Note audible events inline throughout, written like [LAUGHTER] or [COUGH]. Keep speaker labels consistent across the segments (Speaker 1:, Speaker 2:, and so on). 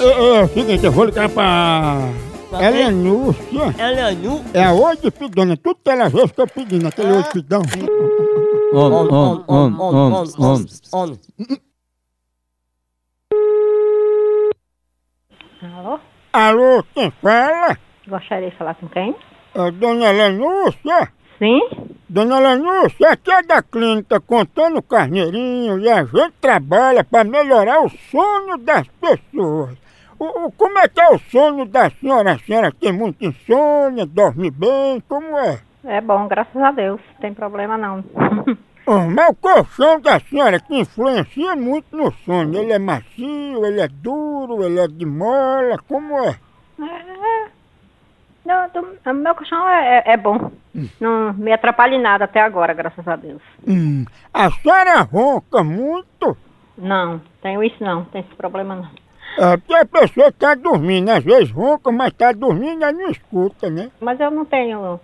Speaker 1: é, é o seguinte, eu vou ligar pra.
Speaker 2: Pra
Speaker 1: Ela
Speaker 2: quem?
Speaker 1: é Núcia.
Speaker 2: Ela é nu.
Speaker 1: É a oi de pidona, tudo que ela vê, eu estou pedindo,
Speaker 2: É?
Speaker 1: aquele oi de pidão.
Speaker 3: Om,
Speaker 2: On, on, on, on, on, on, on.
Speaker 4: Alô?
Speaker 1: Alô, quem fala?
Speaker 4: Gostaria de falar com quem?
Speaker 1: É dona Lenúcia.
Speaker 4: Sim?
Speaker 1: Dona Lenúcia, aqui é da clínica Contando Carneirinho e a gente trabalha para melhorar o sono das pessoas. O, o- como é que é o sono da senhora? A senhora tem muita insônia, dorme bem, como é?
Speaker 4: É bom, graças a Deus. Não tem problema não.
Speaker 1: Oh, mas o colchão da senhora que influencia muito no sono. Ele é macio, ele é duro, ele é de mola, como é?
Speaker 4: É. Não, eu tô- o meu colchão é, é- é bom. Não me atrapalha em nada até agora, graças a Deus.
Speaker 1: Hum, a senhora ronca muito.
Speaker 4: Não, tenho isso não, tem esse problema não.
Speaker 1: É porque a pessoa está dormindo, às vezes ronca, mas está dormindo e não escuta, né?
Speaker 4: Mas eu não tenho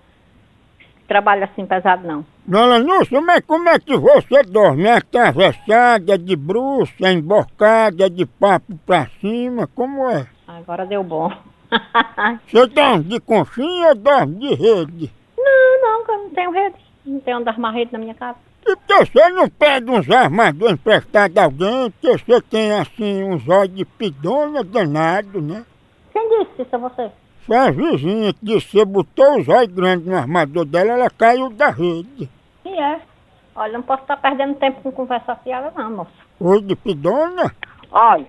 Speaker 4: trabalho assim pesado não.
Speaker 1: Dona Lúcia, mas como é que você dorme? É atravessada, é de bruxa, emborcada, de papo pra cima, como é?
Speaker 4: Agora deu bom. [LAUGHS]
Speaker 1: Você dorme de conchinha ou dorme de rede?
Speaker 4: não, não, que eu não tenho rede. Não tenho andar mais rede na minha casa.
Speaker 1: E por que você não pede uns armadores emprestados de alguém? Porque você tem assim uns olhos de pidona danado, né?
Speaker 4: Quem disse isso a você?
Speaker 1: Sua vizinha que disse que você botou os olhos grandes no armador dela, ela caiu da rede.
Speaker 4: E é. Olha, não posso estar perdendo tempo com conversa fiada não, moço.
Speaker 1: Olho de pidona?
Speaker 5: Olha,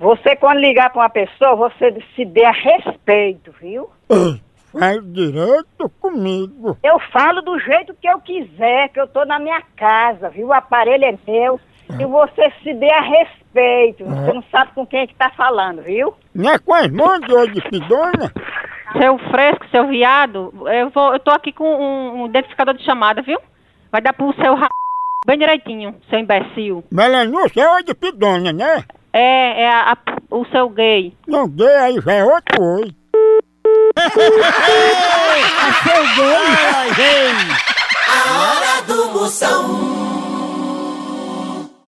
Speaker 5: você quando ligar para uma pessoa, você se dê a respeito, viu?
Speaker 1: Ei, Fale direito comigo.
Speaker 5: Eu falo do jeito que eu quiser, que eu tô na minha casa, viu? O aparelho é meu. E você se dê a respeito. Você não sabe com quem é que tá falando, viu?
Speaker 1: Não é com as mãos de olho de pidona?
Speaker 6: Seu fresco, seu viado, eu, vou, eu tô aqui com um, um identificador de chamada, viu? Vai dar pro seu ra... bem direitinho, seu imbecil.
Speaker 1: Melanúcia é olho de pidona, né?
Speaker 6: É, é a- a- o seu gay.
Speaker 1: Não dê aí, já é outro oi.
Speaker 3: Acendeu!
Speaker 7: A hora do Moção.